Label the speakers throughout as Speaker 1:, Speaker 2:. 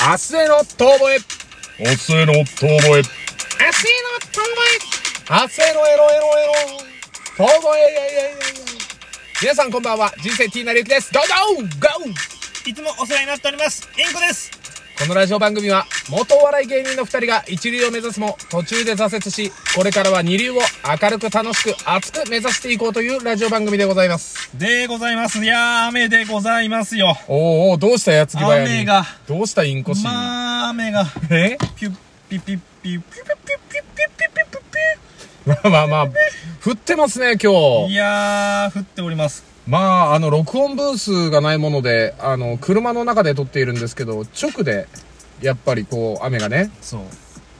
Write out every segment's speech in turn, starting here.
Speaker 1: 明日への遠吠え。
Speaker 2: 明日への遠吠
Speaker 1: 明日
Speaker 2: え。
Speaker 1: への遠吠え。明日へのエロエロエロ。遠吠え、いやいやいやいや。皆さんこんばんは。人生 T なりゆきです。どうぞゴー
Speaker 2: いつもお世話になっております。インコです。
Speaker 1: このラジオ番組は、元お笑い芸人の二人が一流を目指すも、途中で挫折し、これからは二流を明るく楽しく熱く目指していこうというラジオ番組でございます。
Speaker 2: でございます。いやー、雨でございますよ。
Speaker 1: おーおー、どうしたやつぎばやに。
Speaker 2: 雨が。
Speaker 1: どうしたインコシー。
Speaker 2: まあ、雨が。
Speaker 1: え
Speaker 2: ピュッピュッピュッピュッピュッピュッピュッピュッピュッピュッピュッピ
Speaker 1: まあまあまあ、降ってますね、今
Speaker 2: ュッい
Speaker 1: 日。
Speaker 2: やー、降っております。
Speaker 1: まあ、あの、録音ブースがないもので、あの、車の中で撮っているんですけど、直で、やっぱりこう、雨がね、
Speaker 2: そう。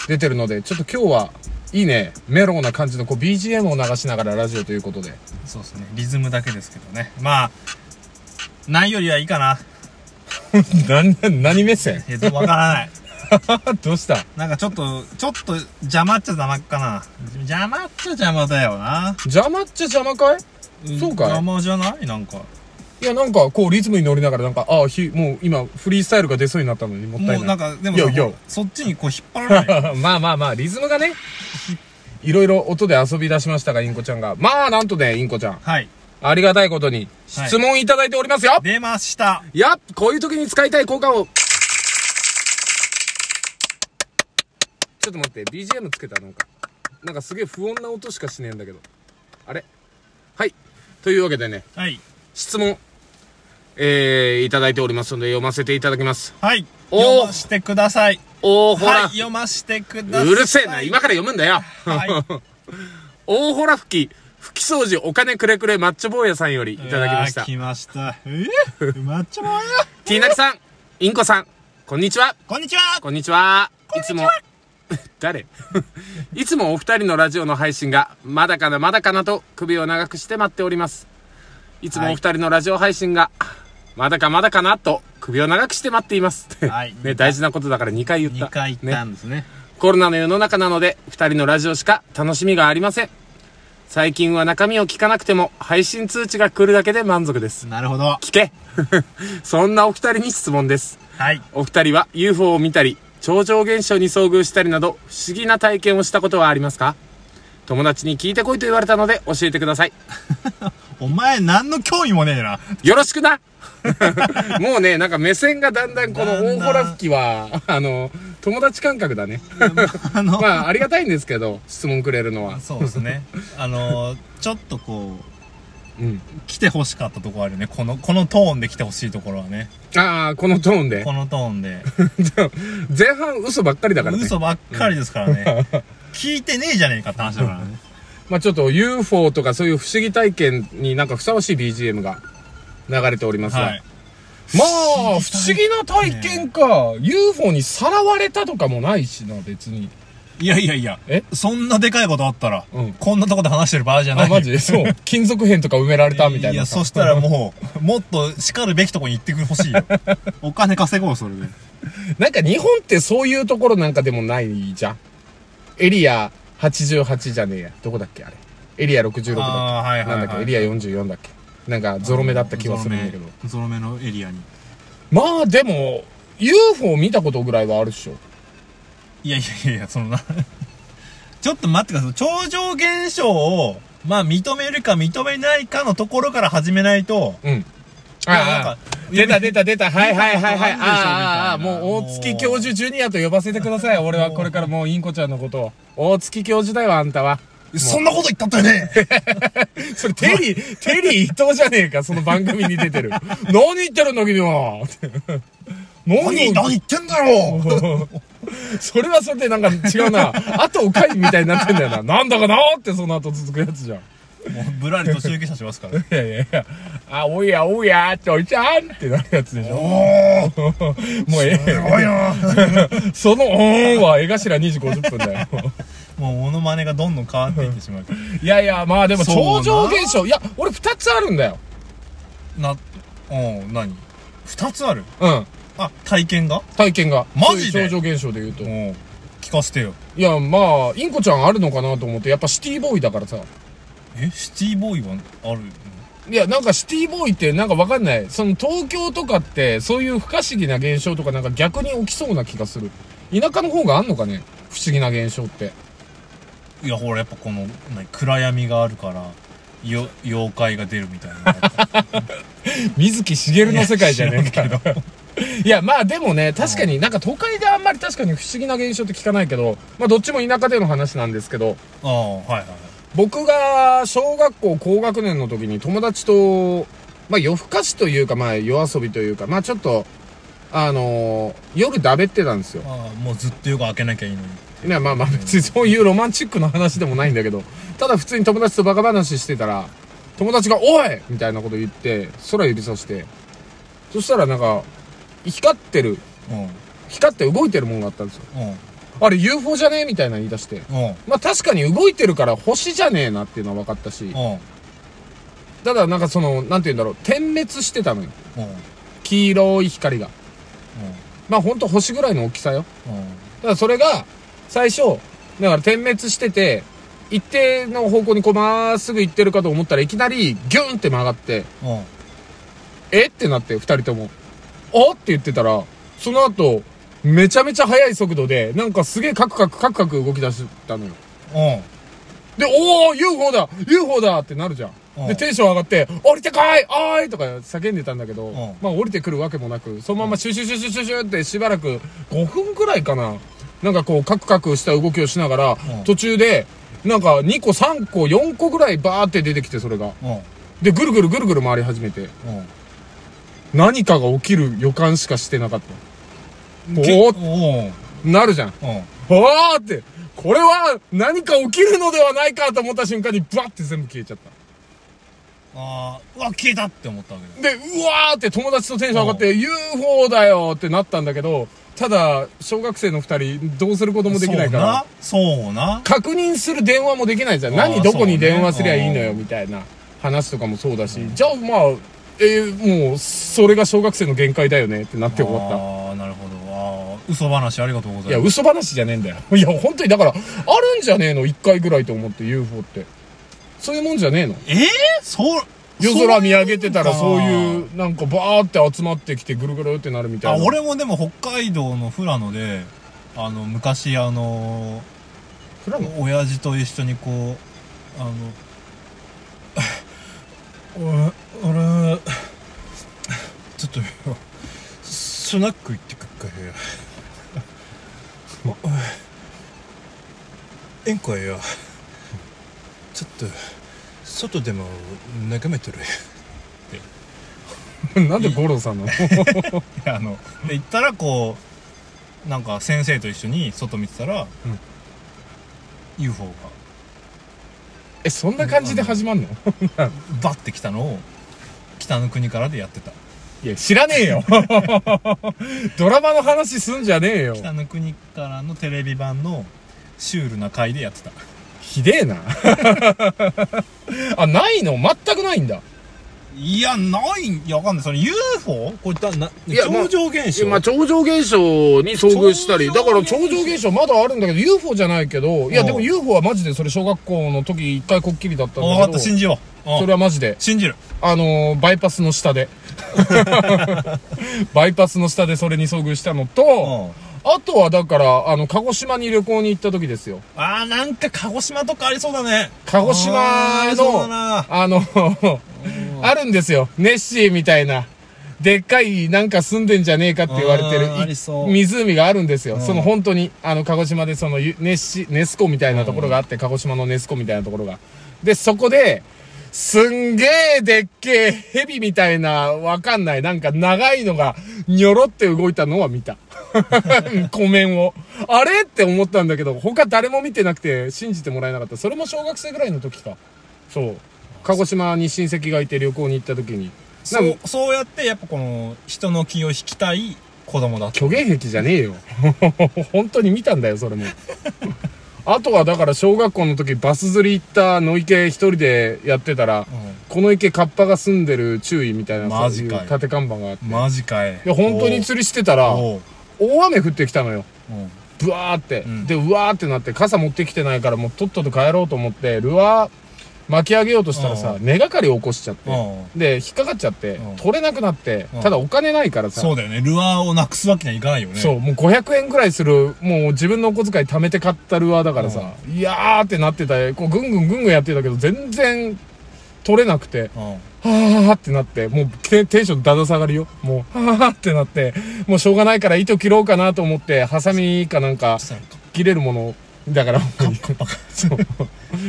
Speaker 1: 出てるので、ちょっと今日は、いいね、メロウな感じの、こう、BGM を流しながらラジオということで。
Speaker 2: そうですね。リズムだけですけどね。まあ、ないよりはいいかな。
Speaker 1: 何、何目線
Speaker 2: えっと、わからない。
Speaker 1: どうした
Speaker 2: なんかちょっと、ちょっと邪魔っちゃ邪魔かな。邪魔っちゃ邪魔だよな。
Speaker 1: 邪魔っちゃ邪魔かいそうかい
Speaker 2: 邪魔じゃないなんか。
Speaker 1: いや、なんか、こう、リズムに乗りながら、なんか、ああ、ひ、もう、今、フリースタイルが出そうになったのに、もったいない。
Speaker 2: もうなんか、でも
Speaker 1: いやいや
Speaker 2: さ、そっちにこう引っ張られな い。
Speaker 1: まあまあまあ、リズムがね、いろいろ音で遊び出しましたが、インコちゃんが。まあ、なんとね、インコちゃん。
Speaker 2: はい。
Speaker 1: ありがたいことに、質問いただいておりますよ、
Speaker 2: 出ました。
Speaker 1: いや、こういう時に使いたい効果を。ちょっと待って、BGM つけたなんか。なんかすげえ不穏な音しかしねえんだけど。あれはい。というわけでね、
Speaker 2: はい。
Speaker 1: 質問、えー、いただいておりますので、読ませていただきます。
Speaker 2: はい。
Speaker 1: おー
Speaker 2: 読ましてください。
Speaker 1: おーほ
Speaker 2: はい。
Speaker 1: ら、
Speaker 2: 読ましてください。
Speaker 1: うるせえな、今から読むんだよ。
Speaker 2: はい。
Speaker 1: 大ほら吹き、吹き掃除お金くれくれマッチョ坊やさんよ りい
Speaker 2: い
Speaker 1: ただきました。
Speaker 2: 来ました。え ー、マッチョもや。
Speaker 1: ティーナキさん、インコさん、こんにちは。
Speaker 2: こんにちは。
Speaker 1: こんにちは。いつも、 誰 いつもお二人のラジオの配信が、まだかなまだかなと首を長くして待っております。いつもお二人のラジオ配信が、まだかまだかなと首を長くして待っています。
Speaker 2: はい
Speaker 1: ね、大事なことだから2回言った。
Speaker 2: 2回行っ
Speaker 1: ね
Speaker 2: たんですね。
Speaker 1: コロナの世の中なので、二人のラジオしか楽しみがありません。最近は中身を聞かなくても、配信通知が来るだけで満足です。
Speaker 2: なるほど。
Speaker 1: 聞け そんなお二人に質問です。
Speaker 2: はい。
Speaker 1: お二人は UFO を見たり、超常現象に遭遇したりなど、不思議な体験をしたことはありますか友達に聞いてこいと言われたので、教えてください。
Speaker 2: お前、何の興味もねえな。
Speaker 1: よろしくなもうね、なんか目線がだんだんこの
Speaker 2: だんだ
Speaker 1: 大
Speaker 2: ん
Speaker 1: ホラ吹きは、あの、友達感覚だね。
Speaker 2: あの、
Speaker 1: まあ、ありがたいんですけど、質問くれるのは。
Speaker 2: そうですね。あの、ちょっとこう、
Speaker 1: うん。
Speaker 2: 来てほしかったところあるよね。この、このトーンで来てほしいところはね。
Speaker 1: ああ、このトーンで
Speaker 2: こ。のトーンで。
Speaker 1: 前半嘘ばっかりだからね。
Speaker 2: 嘘ばっかりですか らね。聞いてねえじゃねえかって話だからね。
Speaker 1: まあちょっと UFO とかそういう不思議体験になんかふさわしい BGM が流れておりますが。
Speaker 2: はい。
Speaker 1: まあ、不思議な体験か。UFO にさらわれたとかもないしな、別に。
Speaker 2: いやいやいや、
Speaker 1: え
Speaker 2: そんなでかいことあったら、
Speaker 1: うん
Speaker 2: こんなとこで話してる場合じゃない
Speaker 1: あ、
Speaker 2: よ
Speaker 1: マジでそう。金属片とか埋められたみたいなさ。
Speaker 2: いや、そしたらもう、もっと叱るべきとこに行ってくほしいよ。お金稼ごう、それで。
Speaker 1: なんか日本ってそういうところなんかでもないじゃん。エリア88じゃねえや。どこだっけあれ。エリア66だっ
Speaker 2: あー、はい
Speaker 1: け。なんだっけエリア44だっけ。なんかゾロ目だった気がするんだけど。
Speaker 2: ゾロ目ゾロ目のエリアに。
Speaker 1: まあでも、UFO 見たことぐらいはあるっしょ。
Speaker 2: いやいやいや、そのな、 ちょっと待ってください。超常現象を、まあ、認めるか認めないかのところから始めないと、
Speaker 1: うん。
Speaker 2: なんか
Speaker 1: ああ、出た出た出た。はいはいはいはい。あ
Speaker 2: 見たことあるでし
Speaker 1: あ、
Speaker 2: ょ
Speaker 1: ああ、
Speaker 2: みたいな
Speaker 1: もう大月教授ジュニアと呼ばせてください。俺はこれからもうインコちゃんのことを。大月教授だよ、あんたは。
Speaker 2: そんなこと言ったったよね
Speaker 1: それテリ ー、テリー伊藤じゃねえか、その番組に出てる。何言ってるんだ君は。何
Speaker 2: 何言ってんだよ
Speaker 1: それはそれでなんか違う な。あとおかゆみたいになってんだよな。なんだかなーってその後続くやつじゃん。い
Speaker 2: もう、ぶらりと中継者しますから。
Speaker 1: やいやいや。あ、おやおや、ちょいちゃんってなるやつで しょ。
Speaker 2: おー
Speaker 1: もうええよ。
Speaker 2: おいな
Speaker 1: その、おーんは絵頭2時50分だよ。
Speaker 2: もうモノマネがどんどん変わっていってしまう。
Speaker 1: いやいや、まあでも
Speaker 2: そうな
Speaker 1: 超常現象。いや、俺二つあるんだよ。
Speaker 2: な、うん、何二つある
Speaker 1: うん。
Speaker 2: あ、体験が
Speaker 1: 体験が。
Speaker 2: マジで
Speaker 1: そういう超常現象で言うと。
Speaker 2: う
Speaker 1: い
Speaker 2: ん。聞かせてよ。
Speaker 1: や、まあ、インコちゃんあるのかなと思って、やっぱシティボーイだからさ。
Speaker 2: え、シティボーイはある
Speaker 1: いや、なんかシティボーイってなんかわかんない。その東京とかって、そういう不可思議な現象とかなんか逆に起きそうな気がする。田舎の方があんのかね不思議な現象って。
Speaker 2: いや、ほら、やっぱこの、何暗闇があるから、よ、妖怪が出るみたいな。
Speaker 1: 水木しげるの世 界じゃ ねえか
Speaker 2: いや
Speaker 1: ら。いや、まあでもね、確かになんか都会であんまり確かに不思議な現象って聞かないけど、まあどっちも田舎での話なんですけど、
Speaker 2: ああ、はいはい。
Speaker 1: 僕が小学校高学年の時に友達と、まあ夜更かしというか、まあ夜遊びというか、まあちょっと、あのー夜だべってたんですよ。
Speaker 2: ああ、もうずっとよく開けなきゃいいのに。
Speaker 1: いやまあまあ別にそういうロマンチックな話でもないんだけど、ただ普通に友達とバカ話してたら、友達が、おいみたいなこと言って、空指さして、そしたらなんか、光ってる、
Speaker 2: う
Speaker 1: 光って動いてるものがあったんですよ。
Speaker 2: ん、うん、
Speaker 1: あれ UFO じゃねえみたいなの言い出して。
Speaker 2: うん、
Speaker 1: まあ確かに動いてるから星じゃねえなっていうのは分かったし、
Speaker 2: うん、
Speaker 1: ただなんかその、なんて言うんだろう、点滅してたのよ。
Speaker 2: うん、うん、
Speaker 1: 黄色い光が。まあほんと星ぐらいの大きさよ。
Speaker 2: うん。
Speaker 1: だからそれが、最初、だから点滅してて、一定の方向にこうまっすぐ行ってるかと思ったらいきなりギュンって曲がって、
Speaker 2: うん。
Speaker 1: えってなって、二人とも。あって言ってたら、その後、めちゃめちゃ速い速度で、なんかすげえカクカクカクカク動き出したのよ。
Speaker 2: うん。
Speaker 1: で、おー !UFO だ !UFO だってなるじゃ
Speaker 2: うん
Speaker 1: ん。で、テンション上がって、降りてこいおーいとか叫んでたんだけど、
Speaker 2: ん
Speaker 1: まあ降りてくるわけもなく、そのままシュシュシュシュシュシュってしばらく5分くらいかな。なんかこう、カクカクした動きをしながら、
Speaker 2: ん
Speaker 1: 途中で、なんか2個3個4個ぐらいバーって出てきて、それが。
Speaker 2: うん。
Speaker 1: で、ぐるぐるぐるぐる回り始めて、
Speaker 2: うん。
Speaker 1: 何かが起きる予感しかしてなかった。お
Speaker 2: お
Speaker 1: おーなるじゃん。
Speaker 2: うん。
Speaker 1: わーって、これは何か起きるのではないかと思った瞬間に、バって全部消えちゃった。
Speaker 2: ああ、うわ、消えたって思ったわけだ。
Speaker 1: で、うわーって友達とテンション上がって、UFO だよってなったんだけど、ただ、小学生の二人、どうすることもできないから、
Speaker 2: そうな。
Speaker 1: 確認する電話もできないじゃん。
Speaker 2: あー
Speaker 1: 何どこに電話すりゃいいの
Speaker 2: そ
Speaker 1: よ、
Speaker 2: うね
Speaker 1: みたいな話とかもそうだし、じゃあまあ、えー、もう、それが小学生の限界だよねってなって
Speaker 2: そう
Speaker 1: 終
Speaker 2: な。
Speaker 1: わった。
Speaker 2: ああ、なるほど。ああ、嘘話ありがとうござ
Speaker 1: いや、
Speaker 2: います。
Speaker 1: 嘘話じゃねえんだよ。 いや、本当に、だから、あるんじゃねえの一回ぐらいと思って、UFO って。そういうもんじゃねえの
Speaker 2: ええそう。。
Speaker 1: 夜空見上げてたらそういううなんかバーって集まってきてぐるぐるってなるみた
Speaker 2: あ、
Speaker 1: いな
Speaker 2: 俺もでも北海道の富良野で、あの、昔あの、
Speaker 1: フラの
Speaker 2: 親父と一緒にこうあの 俺俺ちょっとスナック行ってくっかよえんこよちょっと外でも眺めてる
Speaker 1: なんで五郎さんなの
Speaker 2: あので行ったらこうなんか先生と一緒に外見てたら、
Speaker 1: ん
Speaker 2: UFO が
Speaker 1: えそんな感じで始まんの
Speaker 2: バッて来たのを北の国からでやってた
Speaker 1: いや知らねえよ ドラマの話すんじゃねえよ
Speaker 2: 北の国からのテレビ版のシュールな回でやってた
Speaker 1: ひでえな あないの全くないんだ
Speaker 2: いやないいやわかんないそれ UFO? これだない
Speaker 1: やまあ
Speaker 2: 超常現象、
Speaker 1: まあ超常現象に遭遇したり
Speaker 2: 超
Speaker 1: だ
Speaker 2: 常現象
Speaker 1: から超常現象まだあるんだけど UFO じゃないけどいや
Speaker 2: うん
Speaker 1: でも UFO はマジでそれ小学校の時一回こっきりだったん
Speaker 2: 分か
Speaker 1: だ
Speaker 2: っ
Speaker 1: け
Speaker 2: た
Speaker 1: ど
Speaker 2: 信じよう、うん
Speaker 1: それはマジで
Speaker 2: 信じる
Speaker 1: あのーバイパスの下で。 バイパスの下でそれに遭遇したのと、あとはだから、あの、鹿児島に旅行に行った時ですよ。
Speaker 2: あーなんか鹿児島とかありそうだね
Speaker 1: 鹿児島の
Speaker 2: あーありそうだな
Speaker 1: あの、あるんですよ。ネッシーみたいな。でっかい、なんか住んでんじゃねえかって言われてる
Speaker 2: あーありそう
Speaker 1: い湖があるんですよ。
Speaker 2: ん
Speaker 1: その本当に、あの、鹿児島でそのゆネッシー、ネスコみたいなところがあって、鹿児島のネスコみたいなところが。で、そこで、すんげえでっけえヘビみたいな、わかんない、なんか長いのが、にょろって動いたのは見た。 湖面を。あれって思ったんだけど、他誰も見てなくて信じてもらえなかった。それも小学生ぐらいの時か。そう。鹿児島に親戚がいて旅行に行った時に。な
Speaker 2: そ
Speaker 1: ん
Speaker 2: う
Speaker 1: か
Speaker 2: そうやってやっぱこの人の気を引きたい子供だった
Speaker 1: 虚言癖じゃねえよ。 本当に見たんだよ、それも。あとはだから小学校の時バス釣り行った野池一人でやってたら、この池カッパが住んでる注意みたいな、
Speaker 2: マジかい
Speaker 1: そういう縦看板があって。
Speaker 2: うん、マジかい
Speaker 1: いや、本当に釣りしてたら、
Speaker 2: おう
Speaker 1: 大雨降ってきたのよ。
Speaker 2: おう
Speaker 1: ブワーって、
Speaker 2: ん
Speaker 1: でうわーってなって傘持ってきてないからもうとっとと帰ろうと思ってルアー巻き上げようとしたらさ
Speaker 2: う
Speaker 1: 根がかり起こしちゃっ
Speaker 2: う
Speaker 1: て
Speaker 2: ん
Speaker 1: で引っかかっちゃって
Speaker 2: うん
Speaker 1: 取れなくなって
Speaker 2: うん
Speaker 1: ただお金ないからさ
Speaker 2: そうだよね。ルアーをなくすわけにはいかないよね。
Speaker 1: そうもう500円ぐらいするもう自分のお小遣い貯めて買ったルアーだからさいやーってなってたこうぐんぐんぐんぐんやってたけど全然取れなくて
Speaker 2: うん。
Speaker 1: はあってなって、もうテテンションだだ下がりよ。もう、はあってなって、もうしょうがないから糸切ろうかなと思って、ハサミかなんか
Speaker 2: そしたらカ
Speaker 1: 切れるもの、だから、
Speaker 2: カッパが、
Speaker 1: そう、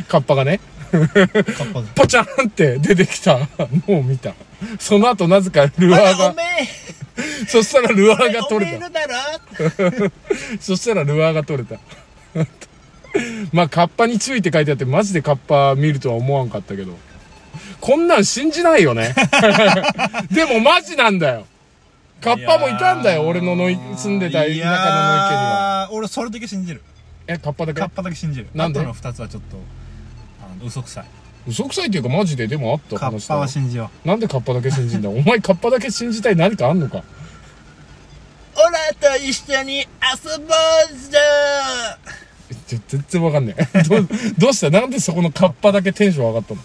Speaker 1: カッパがね、
Speaker 2: カッパが。
Speaker 1: ポチャンって出てきたのを見た。その後なぜかルアー
Speaker 2: あらお
Speaker 1: が、
Speaker 2: めえ
Speaker 1: そしたらルアーが
Speaker 2: お
Speaker 1: 取
Speaker 2: めえ
Speaker 1: れた。
Speaker 2: るだろ
Speaker 1: そしたらルアーが取れた。 まあ、カッパに注意って書いてあって、マジでカッパ見るとは思わんかったけど。こんなん信じないよね。 でもマジなんだよ。カッパもいたんだよ、俺ののい住んでた田舎の野池には。
Speaker 2: いやー俺それだけ信じる。
Speaker 1: え、カッパだけ
Speaker 2: カッパだけ信じる。
Speaker 1: なんで
Speaker 2: あとの二つはちょっと、あの、嘘くさい。
Speaker 1: 嘘くさいっていうかマジででもあった
Speaker 2: カッ
Speaker 1: 話だ
Speaker 2: パ
Speaker 1: よ
Speaker 2: は信じよう。
Speaker 1: なんでカッパだけ信じんだお前カッパだけ信じたい何かあんのか
Speaker 2: オラと一緒に遊ぼうぜ
Speaker 1: ちょ全然わかんねえ どうどうしたなんでそこのカッパだけテンション上がったの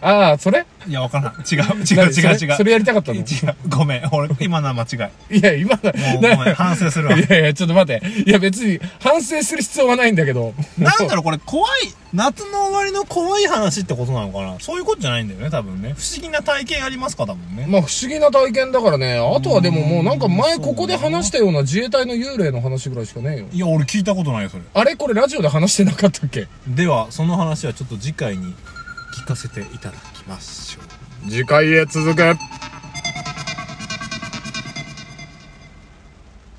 Speaker 1: ああそれ
Speaker 2: いや、わからん。違う、違う、
Speaker 1: 何そ
Speaker 2: 違う、
Speaker 1: れ
Speaker 2: 違う。
Speaker 1: それやりたかったの
Speaker 2: 違う。ごめん。俺、今のは間違
Speaker 1: いや今だ
Speaker 2: い。もう、
Speaker 1: な
Speaker 2: ごめん。反省するわ。
Speaker 1: いやいやちょっと待っていや別に反省する必要はないんだけど
Speaker 2: なんだろう、これ怖い、夏の終わりの怖い話ってことなのかなそういうことじゃないんだよね、多分ね。不思議な体験ありますか、多分ね。
Speaker 1: まあ不思議な体験だからねあとはでももうなんか前
Speaker 2: うん
Speaker 1: ここで話したような自衛隊の幽霊の話ぐらいしかねえよ
Speaker 2: いや、俺聞いたことないよ、それ。
Speaker 1: あれこれラジオで話してなかったっけ
Speaker 2: では、その話はちょっと次回に聞かせていただきましょう。
Speaker 1: 次回へ続く